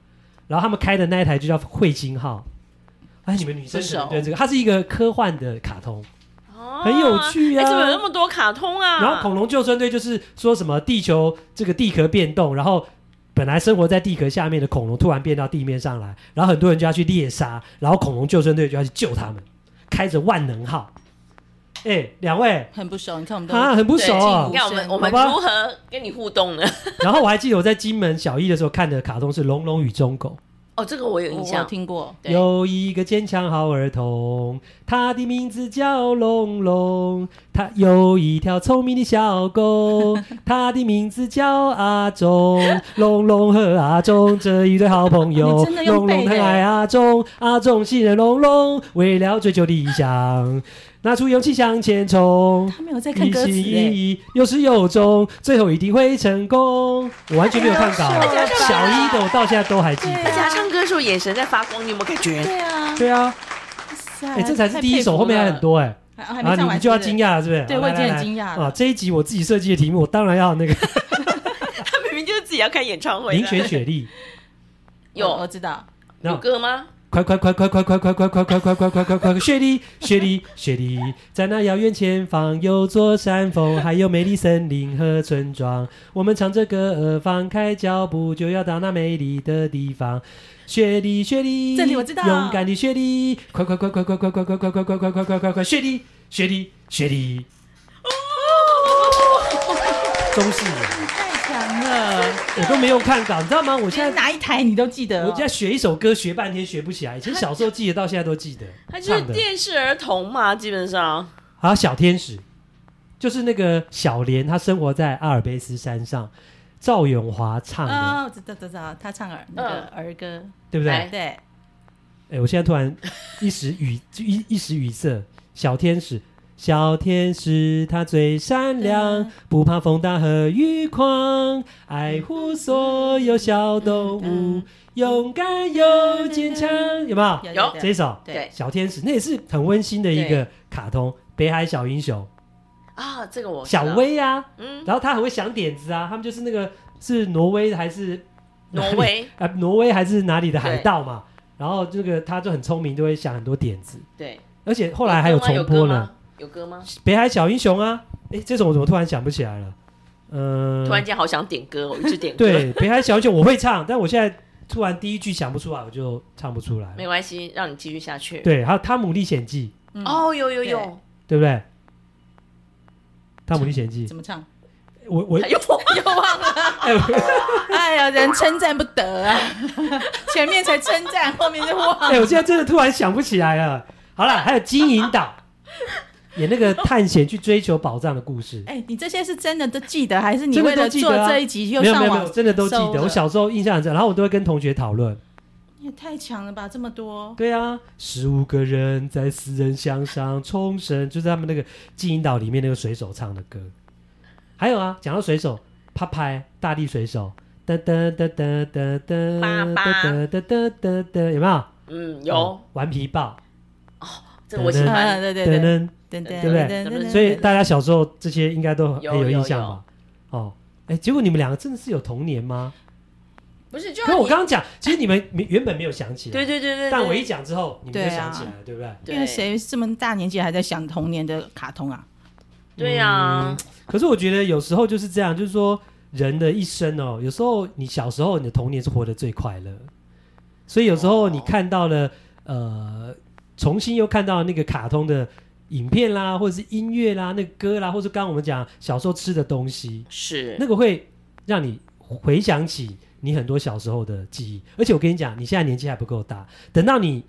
[SPEAKER 3] 然后他们开的那一台就叫彗星号。哎，你们女生可能对这个，它是一个科幻的卡通，
[SPEAKER 1] 哦
[SPEAKER 3] 很有趣啊
[SPEAKER 1] 哎怎么有那么多卡通啊？
[SPEAKER 3] 然后恐龙救生队就是说什么地球这个地壳变动，然后本来生活在地壳下面的恐龙突然变到地面上来，然后很多人就要去猎杀，然后恐龙救生队就要去救他们，开着万能号。哎，两位，
[SPEAKER 2] 很不熟，你看我们都
[SPEAKER 3] 啊很不熟啊
[SPEAKER 1] 你 看我们我们
[SPEAKER 3] 好吧
[SPEAKER 1] 如何跟你互动呢？
[SPEAKER 3] 然后我还记得我在金门小一的时候看的卡通是《龙龙与忠狗
[SPEAKER 1] 哦，这个我有
[SPEAKER 2] 我
[SPEAKER 1] 印
[SPEAKER 2] 我
[SPEAKER 1] 象。
[SPEAKER 2] 听过，》，
[SPEAKER 1] 对
[SPEAKER 3] 有一个坚强好儿童，他的名字叫龙龙，他有一条聪明的小 狗，他的名字叫阿忠。龙龙和阿忠这一对好朋友
[SPEAKER 2] 你真的，用
[SPEAKER 3] 龙龙
[SPEAKER 2] 背
[SPEAKER 3] 疼
[SPEAKER 2] 的
[SPEAKER 3] 爱阿忠，阿忠信任龙龙，为了追求理想，拿出勇气向前冲。
[SPEAKER 2] 他没有在看
[SPEAKER 3] 一
[SPEAKER 2] 歌词
[SPEAKER 3] 心
[SPEAKER 2] 哎，
[SPEAKER 3] 一意，有始有终，最后一定会成功。我完全没有看稿，
[SPEAKER 2] 太优秀了
[SPEAKER 3] 小一的我到现在都还记
[SPEAKER 2] 啊对
[SPEAKER 1] 而
[SPEAKER 3] 得。
[SPEAKER 1] 且他唱歌的时候眼神在发光，你有没有感觉？
[SPEAKER 2] 对啊，
[SPEAKER 3] 对啊，哎，这才是第一首，后面还很，多哎。
[SPEAKER 2] 还还
[SPEAKER 3] 啊，
[SPEAKER 2] 没
[SPEAKER 3] 你
[SPEAKER 2] 唱完
[SPEAKER 3] 你就要惊
[SPEAKER 2] 讶，
[SPEAKER 3] 讶了，是不是？
[SPEAKER 2] 对
[SPEAKER 3] 好
[SPEAKER 2] 我已
[SPEAKER 3] 来
[SPEAKER 2] 经
[SPEAKER 3] 来
[SPEAKER 2] 很惊
[SPEAKER 3] 来
[SPEAKER 2] 讶
[SPEAKER 3] 啊！
[SPEAKER 2] 了，
[SPEAKER 3] 这一集我自己设计的题目，我当然要那 个
[SPEAKER 1] 他明明就是自己要看演唱会的。
[SPEAKER 3] 林泉雪莉。
[SPEAKER 2] 我
[SPEAKER 1] 有
[SPEAKER 2] 知道，
[SPEAKER 3] 然
[SPEAKER 1] 有
[SPEAKER 3] 后
[SPEAKER 1] 歌吗？
[SPEAKER 3] 快快快快快快快快快快快快快快快！雪莉雪莉雪莉，在那遥远前方有座山峰，还有美丽森林和村庄。我们唱着歌儿放开脚步，就要到那美丽的地方。雪莉雪莉，
[SPEAKER 2] 这里我知道
[SPEAKER 3] 勇敢的雪莉，快快快快快快快快快快快快快快快快！雪莉雪莉雪莉，
[SPEAKER 2] 哦
[SPEAKER 3] 中式的，
[SPEAKER 2] 太强了，
[SPEAKER 3] 我都没有看稿，你知道吗？我
[SPEAKER 2] 我
[SPEAKER 3] 现在
[SPEAKER 2] 哪一台你都记得哦，
[SPEAKER 3] 我在学一首歌，学半天学不起来。以前小时候记得，到现在都记得。
[SPEAKER 1] 他就是
[SPEAKER 3] 唱的
[SPEAKER 1] 电视儿童嘛，基本上。
[SPEAKER 3] 还有小天使，就是那个小莲，她生活在阿尔卑斯山上，赵咏华唱的，
[SPEAKER 2] 啊，我知道知道，他唱儿那个儿歌，
[SPEAKER 3] 对不对？
[SPEAKER 1] 哦来
[SPEAKER 3] 哎、
[SPEAKER 2] 对，
[SPEAKER 3] 我现在突然一时语一一时语塞。小天使，小天使，他最善
[SPEAKER 2] 对
[SPEAKER 3] 良
[SPEAKER 2] 啊，
[SPEAKER 3] 不怕风大和雨狂，爱护所有小动物，勇敢又坚强，有没有？
[SPEAKER 1] 嗯有
[SPEAKER 2] 对
[SPEAKER 3] 这一首。
[SPEAKER 1] 对
[SPEAKER 2] 对，
[SPEAKER 3] 小天使，那也是很温馨的一个卡通，《北海小英雄
[SPEAKER 1] 啊，这个我》知
[SPEAKER 3] 小
[SPEAKER 1] 道，
[SPEAKER 3] 薇啊，
[SPEAKER 1] 嗯，
[SPEAKER 3] 然后他很会想点子啊，他们就是那个是挪威还是
[SPEAKER 1] 挪 威，
[SPEAKER 3] 啊、挪威还是哪里的海盗嘛，然后这个他就很聪明，就会想很多点子，
[SPEAKER 1] 对。
[SPEAKER 3] 而且后来还有重
[SPEAKER 1] 有歌
[SPEAKER 3] 播呢，
[SPEAKER 1] 吗？有歌吗？
[SPEAKER 3] 《北海小英雄》啊，哎，这种我怎么突然想不起来了？嗯、
[SPEAKER 1] 突然间好想点歌哦，我一直点歌。，
[SPEAKER 3] 对，《北海小英雄》我会唱，但我现在突然第一句想不出来，我就唱不出来了
[SPEAKER 1] 没关系，让你继续下去。
[SPEAKER 3] 对，还有《汤姆历险记
[SPEAKER 2] 嗯，
[SPEAKER 1] 哦，有有有，
[SPEAKER 3] 对不对？《汤姆历险记》
[SPEAKER 2] 怎么哎唱？
[SPEAKER 3] 我我
[SPEAKER 1] 又又忘了，
[SPEAKER 3] 哎，我
[SPEAKER 2] 哎呀，人称赞不得啊！前面才称赞，后面就忘
[SPEAKER 3] 哎、。我现在真的突然想不起来了。好了，还有《金银岛》，演那个探险去追求宝藏的故事，
[SPEAKER 2] 哎、你这些是真的都记得，还是你
[SPEAKER 3] 真的
[SPEAKER 2] 为
[SPEAKER 3] 都
[SPEAKER 2] 了
[SPEAKER 3] 记
[SPEAKER 2] 做
[SPEAKER 3] 得啊
[SPEAKER 2] 这一集又
[SPEAKER 3] 没有没
[SPEAKER 2] 上
[SPEAKER 3] 有没
[SPEAKER 2] 网
[SPEAKER 3] 有，？真的都记
[SPEAKER 2] 搜
[SPEAKER 3] 得。
[SPEAKER 2] 了
[SPEAKER 3] 我小时候印象很深，然后我都会跟同学讨论。
[SPEAKER 2] 你也太强了吧，这么多！
[SPEAKER 3] 对啊，十五个人在私人箱上冲绳，就是他们那个《金银岛》里面那个水手唱的歌。还有啊，讲到水手，啪拍大力水手，哒哒哒哒哒
[SPEAKER 1] 爸
[SPEAKER 3] 哒哒
[SPEAKER 1] 爸
[SPEAKER 3] 哒哒哒哒哒，有没有？
[SPEAKER 1] 嗯，有
[SPEAKER 3] 哦，顽皮豹，
[SPEAKER 1] 这个我喜欢。
[SPEAKER 2] 嗯，对对
[SPEAKER 3] 噔
[SPEAKER 2] 对，
[SPEAKER 3] 噔
[SPEAKER 2] 对对
[SPEAKER 3] 对不对所以大家小时候这些应该都很
[SPEAKER 1] 有
[SPEAKER 3] 有
[SPEAKER 1] 有
[SPEAKER 3] 哎印象吧？哦，哎，结果你们两个真的是有童年吗？
[SPEAKER 1] 不是，就
[SPEAKER 3] 可是
[SPEAKER 1] 要
[SPEAKER 3] 我
[SPEAKER 1] 你
[SPEAKER 3] 刚刚讲，其实你们没原本没有想起来，
[SPEAKER 1] 对对对对，
[SPEAKER 3] 但
[SPEAKER 1] 对
[SPEAKER 3] 我一讲之后，你们就
[SPEAKER 2] 对
[SPEAKER 3] 想
[SPEAKER 2] 啊
[SPEAKER 3] 起来了，对不对？
[SPEAKER 1] 对
[SPEAKER 2] 因为谁这么大年纪还在想童年的卡通啊？
[SPEAKER 1] 对呀
[SPEAKER 3] 嗯，可是我觉得有时候就是这样，就是说人的一生哦，有时候你小时候你的童年是活得最快乐，所以有时候你看到了、呃，重新又看到那个卡通的影片啦，或者是音乐啦，那个歌啦，或者刚刚我们讲小时候吃的东西，
[SPEAKER 1] 是
[SPEAKER 3] 那个会让你回想起你很多小时候的记忆。而且我跟你讲，你现在年纪还不够大，等到你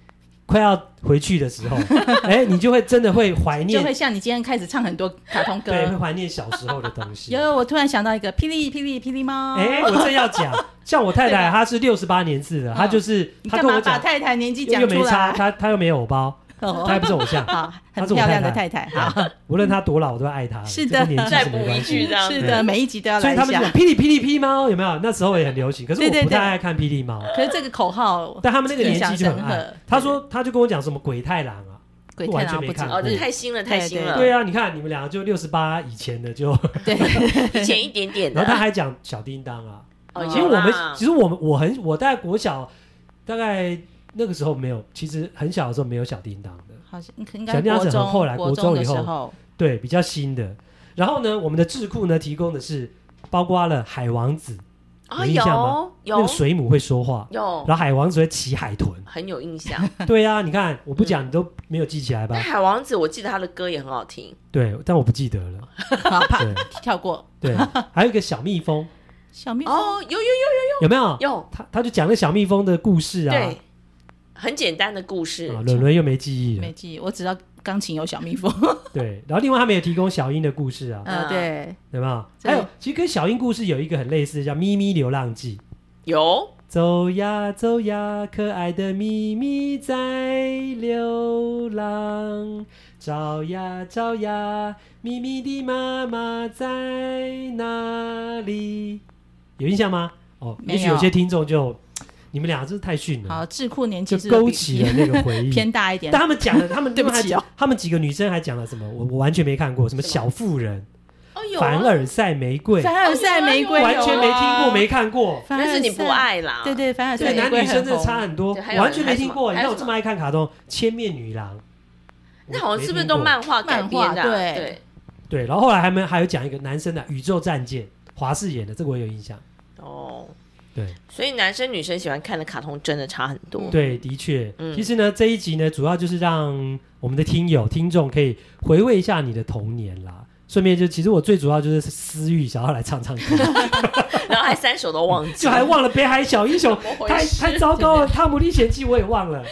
[SPEAKER 3] 快要回去的 时候，哎，你就会真的会怀
[SPEAKER 2] 就
[SPEAKER 3] 念
[SPEAKER 2] 会像你今天开始唱很多卡通
[SPEAKER 3] 对，会
[SPEAKER 2] 歌。
[SPEAKER 3] 怀念小时候的东 西
[SPEAKER 2] 有。有，我突然想到一个霹雳霹雳霹雳猫。
[SPEAKER 3] 哎、我正要 讲，像我太
[SPEAKER 2] 对
[SPEAKER 3] 太，
[SPEAKER 2] 吧
[SPEAKER 3] 她是六十八年制的，她就是
[SPEAKER 2] 你
[SPEAKER 3] 她
[SPEAKER 2] 干
[SPEAKER 3] 跟我
[SPEAKER 2] 嘛把
[SPEAKER 3] 讲，
[SPEAKER 2] 太太年纪
[SPEAKER 3] 又
[SPEAKER 2] 讲
[SPEAKER 3] 没
[SPEAKER 2] 出
[SPEAKER 3] 差，
[SPEAKER 2] 来？
[SPEAKER 3] 她她又没有偶包，
[SPEAKER 2] 哦
[SPEAKER 3] 她又不是偶像，
[SPEAKER 2] 好，
[SPEAKER 3] 她
[SPEAKER 2] 很
[SPEAKER 3] 是我
[SPEAKER 2] 漂亮的
[SPEAKER 3] 太
[SPEAKER 2] 太太， 好，
[SPEAKER 3] 无论她多老，我都爱她。
[SPEAKER 2] 是
[SPEAKER 3] 这个
[SPEAKER 2] 的
[SPEAKER 3] 年纪
[SPEAKER 1] 再
[SPEAKER 3] 是没
[SPEAKER 1] 补
[SPEAKER 3] 关
[SPEAKER 1] 一句
[SPEAKER 3] 系
[SPEAKER 1] 这。样
[SPEAKER 2] 是
[SPEAKER 1] 子，
[SPEAKER 2] 的，每一集都要
[SPEAKER 3] 所以
[SPEAKER 2] 来一
[SPEAKER 3] 他们就
[SPEAKER 2] 下
[SPEAKER 3] 讲。霹雳霹雳霹猫有没有？那时候也很流行，可是
[SPEAKER 2] 对哦
[SPEAKER 3] 我
[SPEAKER 2] 对
[SPEAKER 3] 不太
[SPEAKER 2] 对
[SPEAKER 3] 爱看霹雳猫，
[SPEAKER 2] 可是这个口号，
[SPEAKER 3] 但他们那个年纪就很
[SPEAKER 2] 印象深
[SPEAKER 3] 爱
[SPEAKER 2] 刻。
[SPEAKER 3] 他说，他就跟我讲什么鬼太郎啊，
[SPEAKER 2] 鬼太郎
[SPEAKER 3] 我完全没
[SPEAKER 2] 不知
[SPEAKER 3] 看
[SPEAKER 2] 道
[SPEAKER 1] 哦，
[SPEAKER 3] 过
[SPEAKER 1] 这太新了，太新了，
[SPEAKER 3] 对啊，你看你们两个就六十八以前的就，
[SPEAKER 2] 对， 啊
[SPEAKER 1] 以前一点点的
[SPEAKER 3] 然后。他还讲小叮当啊，
[SPEAKER 1] 哦
[SPEAKER 2] 其
[SPEAKER 3] 其实
[SPEAKER 1] 有
[SPEAKER 3] 我们
[SPEAKER 1] 啦，
[SPEAKER 3] 其实我们我很我在国小大概那个时候没有，其实很小的时候没有小叮当的，
[SPEAKER 2] 好像应
[SPEAKER 3] 小
[SPEAKER 2] 该
[SPEAKER 3] 叮当
[SPEAKER 2] 国
[SPEAKER 3] 是很
[SPEAKER 2] 中
[SPEAKER 3] 后来
[SPEAKER 2] 国
[SPEAKER 3] 国中
[SPEAKER 2] 的
[SPEAKER 3] 以
[SPEAKER 2] 时
[SPEAKER 3] 后
[SPEAKER 2] 候，
[SPEAKER 3] 对，比较新的。然后呢，我们的智库呢提供的是包括了海王子，
[SPEAKER 1] 啊
[SPEAKER 3] 有印象吗
[SPEAKER 1] 有哦
[SPEAKER 3] 那个
[SPEAKER 1] 有
[SPEAKER 3] 水母会说话，
[SPEAKER 1] 有
[SPEAKER 3] 然后海王子会骑海豚。
[SPEAKER 1] 很有印象。
[SPEAKER 3] 对啊，你看我不讲你都没有记起来吧
[SPEAKER 1] 但？海王子，我记得他的歌也很好听，
[SPEAKER 3] 对，但我不记得了。
[SPEAKER 2] 好啪
[SPEAKER 3] 对
[SPEAKER 2] 跳过
[SPEAKER 3] 对，还有一个小蜜蜂，
[SPEAKER 2] 小蜜蜂，
[SPEAKER 1] 哦，有有有
[SPEAKER 3] 有没有？
[SPEAKER 1] 有，
[SPEAKER 3] 他他就讲那小蜜蜂的故事啊。
[SPEAKER 1] 对，很简单的故事
[SPEAKER 3] 啊，，伦伦又没记忆了
[SPEAKER 2] 没。记忆，我只知道钢琴有小蜜蜂。
[SPEAKER 3] 对，然后另外他们也提供小樱的故事啊。
[SPEAKER 1] 嗯
[SPEAKER 2] 呃，对，
[SPEAKER 3] 对吧？
[SPEAKER 2] 这
[SPEAKER 3] 还
[SPEAKER 2] 里
[SPEAKER 3] 有，其实跟小樱故事有一个很类似的，叫《咪咪流浪记》。
[SPEAKER 1] 有
[SPEAKER 3] 走呀走呀，可爱的咪咪在流浪，找呀找呀，咪咪的妈妈在哪里？有印象吗？哦，
[SPEAKER 2] 没
[SPEAKER 3] 也
[SPEAKER 2] 有
[SPEAKER 3] 许有些听众就，你们俩真是太逊了
[SPEAKER 2] 好，，智库年
[SPEAKER 3] 就
[SPEAKER 2] 纪是
[SPEAKER 3] 勾
[SPEAKER 2] 比
[SPEAKER 3] 起了那个回忆。
[SPEAKER 2] 偏大一点
[SPEAKER 3] 但，他们讲 了，他们
[SPEAKER 2] 对不
[SPEAKER 3] 他们还
[SPEAKER 2] 起哦
[SPEAKER 3] 他们几个女生还讲了什么？我我完全没看过，什么
[SPEAKER 1] 什么
[SPEAKER 3] 小妇人、
[SPEAKER 1] 哦有
[SPEAKER 3] 凡
[SPEAKER 1] 啊，
[SPEAKER 3] 尔赛玫瑰，
[SPEAKER 2] 凡尔
[SPEAKER 1] 哦
[SPEAKER 2] 赛玫瑰
[SPEAKER 3] 完全没听过，没
[SPEAKER 2] 有啊，
[SPEAKER 3] 看过。
[SPEAKER 2] 凡尔
[SPEAKER 1] 但
[SPEAKER 2] 赛
[SPEAKER 1] 是你不。爱啊啦，
[SPEAKER 2] 对对，凡尔赛
[SPEAKER 3] 对，
[SPEAKER 2] 玫
[SPEAKER 3] 男
[SPEAKER 2] 瑰
[SPEAKER 3] 女
[SPEAKER 2] 很
[SPEAKER 3] 生真的
[SPEAKER 2] 红
[SPEAKER 3] 差很多，
[SPEAKER 1] 对还有
[SPEAKER 3] 完全没听过。你
[SPEAKER 1] 还有什么
[SPEAKER 3] 看我这么爱看卡通，《千面女郎》，
[SPEAKER 1] 那好像是不是都
[SPEAKER 3] 我没听
[SPEAKER 1] 漫
[SPEAKER 3] 过？
[SPEAKER 1] 画改编的啊？
[SPEAKER 2] 漫画对
[SPEAKER 1] 对，
[SPEAKER 3] 对，然后后来还没还有讲一个男生的《宇宙战舰》，华视演的，这个我有印象。
[SPEAKER 1] 哦，
[SPEAKER 3] 对
[SPEAKER 1] 所以男生女生喜欢看的卡通真的差很多。
[SPEAKER 3] 对，的确，
[SPEAKER 1] 嗯
[SPEAKER 3] 其实呢这一集呢，主要就是让我们的听友听众可以回味一下你的童年啦。顺便就，其实我最主要就是私欲想要来唱唱歌，
[SPEAKER 1] 然后还三首都忘记，
[SPEAKER 3] 就还忘了《北海小英雄》
[SPEAKER 1] 怎么回
[SPEAKER 3] 太
[SPEAKER 1] 事
[SPEAKER 3] 太糟糕了，《汤姆历险记》我也忘了。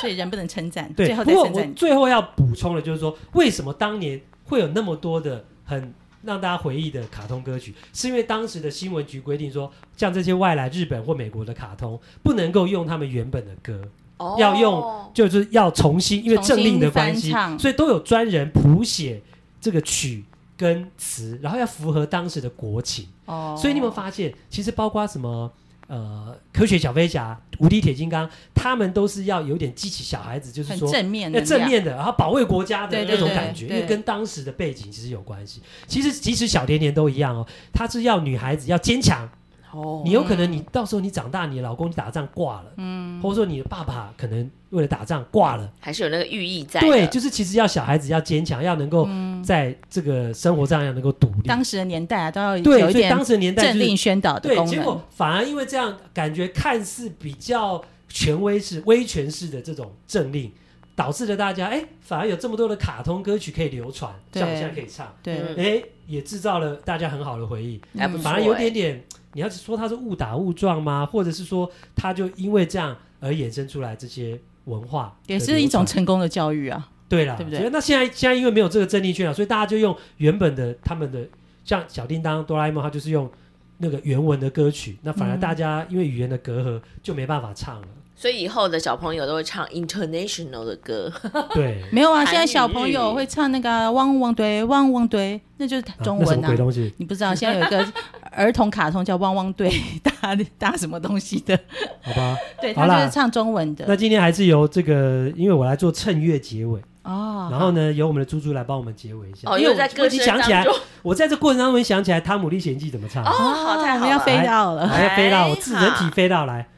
[SPEAKER 2] 所以人不能称赞，
[SPEAKER 3] 对，
[SPEAKER 2] 最后
[SPEAKER 3] 不
[SPEAKER 2] 再
[SPEAKER 3] 过
[SPEAKER 2] 称
[SPEAKER 3] 我
[SPEAKER 2] 赞你。
[SPEAKER 3] 最后要补充的就是说，为什么当年会有那么多的很让大家回忆的卡通歌曲，是因为当时的新闻局规定说，像这些外来日本或美国的卡通不能够用他们原本的歌，
[SPEAKER 1] 哦
[SPEAKER 3] 要用就是要重新，因为政令的关
[SPEAKER 2] 重
[SPEAKER 3] 系
[SPEAKER 2] 新翻，唱
[SPEAKER 3] 所以都有专人谱写这个曲。跟词，然后要符合当时的国情，
[SPEAKER 2] 哦
[SPEAKER 3] 所以你有没有发现，其实包括什么呃，科学小飞侠、无敌铁金刚，他们都是要有点激起小孩子，就是
[SPEAKER 2] 很
[SPEAKER 3] 说
[SPEAKER 2] 正面
[SPEAKER 3] 要
[SPEAKER 2] 的
[SPEAKER 3] 正面的，然后保卫国家的
[SPEAKER 2] 对
[SPEAKER 3] 那
[SPEAKER 2] 对
[SPEAKER 3] 种
[SPEAKER 2] 对
[SPEAKER 3] 感觉，因
[SPEAKER 2] 对
[SPEAKER 3] 为跟当时的背景其实有关系。其实即使小甜甜都一样哦，她是要女孩子要坚强，
[SPEAKER 1] 哦
[SPEAKER 3] 你有可能你到时候你长大，你的老公打仗挂了，嗯，或者说你的爸爸可能为了打仗挂了，
[SPEAKER 1] 还是有那个寓意在的。
[SPEAKER 3] 对，就是其实要小孩子要坚强，要能够在这个生活上要能够独立。
[SPEAKER 2] 嗯当时的年代啊，都要有
[SPEAKER 3] 对，
[SPEAKER 2] 一
[SPEAKER 3] 所以
[SPEAKER 2] 点
[SPEAKER 3] 当时的年代
[SPEAKER 2] 政
[SPEAKER 3] 就是
[SPEAKER 2] 令宣导啊的
[SPEAKER 3] 对，
[SPEAKER 2] 功
[SPEAKER 3] 结果
[SPEAKER 2] 能。
[SPEAKER 3] 反而因为这样，感觉看似比较权威式、威权式的这种政令，导致了大家哎，反而有这么多的卡通歌曲可以流传，
[SPEAKER 2] 对
[SPEAKER 3] 像我们现在可以唱，
[SPEAKER 2] 对，
[SPEAKER 3] 哎，也制造了大家很好的回忆。
[SPEAKER 1] 还不错
[SPEAKER 3] 反而有点点，你要是说它是误打误撞吗？或者是说它就因为这样而衍生出来这些文化的
[SPEAKER 2] 也
[SPEAKER 3] 流传，
[SPEAKER 2] 是一种成功的教育啊。
[SPEAKER 3] 对啦，
[SPEAKER 2] 对不对
[SPEAKER 3] 所以那现在现在因为没有这个政令圈啊了，所以大家就用原本的他们的像小叮当、哆啦 A 梦，它就是用那个原文的歌曲，那反而
[SPEAKER 1] 嗯
[SPEAKER 3] 大家因为语言的隔阂就没办法唱 了。
[SPEAKER 1] 所以以后的小朋友都会唱 international 的歌，
[SPEAKER 3] 对，
[SPEAKER 2] 没有
[SPEAKER 1] 韩
[SPEAKER 2] 啊，
[SPEAKER 1] 语
[SPEAKER 2] 现在小朋友会唱那个啊汪汪队，汪汪队，那就是
[SPEAKER 3] 啊
[SPEAKER 2] 中
[SPEAKER 3] 那什
[SPEAKER 2] 文
[SPEAKER 3] 么鬼
[SPEAKER 2] 啊。
[SPEAKER 3] 东西？
[SPEAKER 2] 你不知道，现在有一个 儿童卡通叫《汪汪队》， 打打什么东西的？
[SPEAKER 3] 好吧，
[SPEAKER 2] 对，
[SPEAKER 3] 好
[SPEAKER 2] 他
[SPEAKER 3] 啦
[SPEAKER 2] 就是唱中文
[SPEAKER 3] 那
[SPEAKER 2] 的。
[SPEAKER 3] 今天还是由这个，因为我来做趁月结尾。
[SPEAKER 2] 哦，
[SPEAKER 3] 然后呢，由我们的猪猪来帮我们结尾一下。
[SPEAKER 1] 哦，
[SPEAKER 3] 因为
[SPEAKER 1] 又
[SPEAKER 3] 我
[SPEAKER 1] 在
[SPEAKER 3] 我
[SPEAKER 1] 歌
[SPEAKER 3] 已经
[SPEAKER 1] 声
[SPEAKER 3] 想起来
[SPEAKER 1] 当中，
[SPEAKER 3] 我在这过程当中已经想起来《汤姆历险记》怎么唱。
[SPEAKER 1] 哦，
[SPEAKER 2] 哦，
[SPEAKER 1] 好，太
[SPEAKER 2] 我
[SPEAKER 1] 好
[SPEAKER 2] 们要
[SPEAKER 1] 了
[SPEAKER 2] 飞到了，
[SPEAKER 3] 我要飞到我
[SPEAKER 1] 哎
[SPEAKER 3] 自
[SPEAKER 1] 好
[SPEAKER 3] 人体飞到来。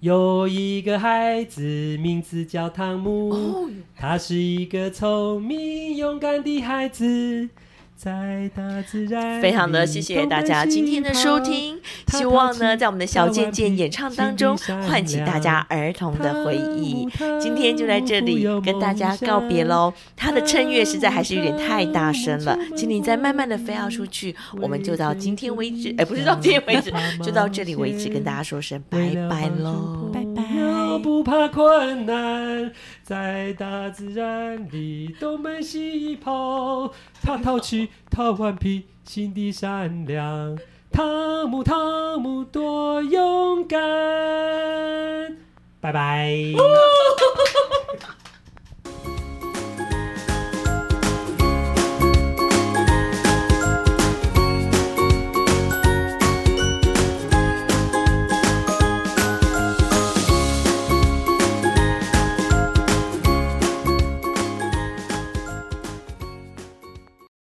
[SPEAKER 3] 有一个孩子，名字叫汤姆，
[SPEAKER 1] 哦，
[SPEAKER 3] 他是一个聪明勇敢的孩子，在大自然
[SPEAKER 1] 非常的
[SPEAKER 3] 里
[SPEAKER 1] 谢谢大家今天的收。听，
[SPEAKER 3] 他
[SPEAKER 1] 希望
[SPEAKER 3] 淘
[SPEAKER 1] 呢
[SPEAKER 3] 气
[SPEAKER 1] 在我们的小贱贱演唱当中
[SPEAKER 3] 他顽皮
[SPEAKER 1] 唤起大家儿童
[SPEAKER 3] 心地
[SPEAKER 1] 的
[SPEAKER 3] 善良
[SPEAKER 1] 回忆。，
[SPEAKER 3] 汤姆
[SPEAKER 1] 今天就在这里跟大家告别。喽。它的衬乐实在还是有点太大声了，请你再慢慢的飞要出去。我们就到今天为止，哎，不是到今天为止，就到这里为止，跟大家说声拜拜喽。
[SPEAKER 2] 拜拜
[SPEAKER 3] 不怕困难，在大自然里东奔西跑。他淘气，他顽皮，心地善良。汤姆，汤姆多勇敢！拜拜。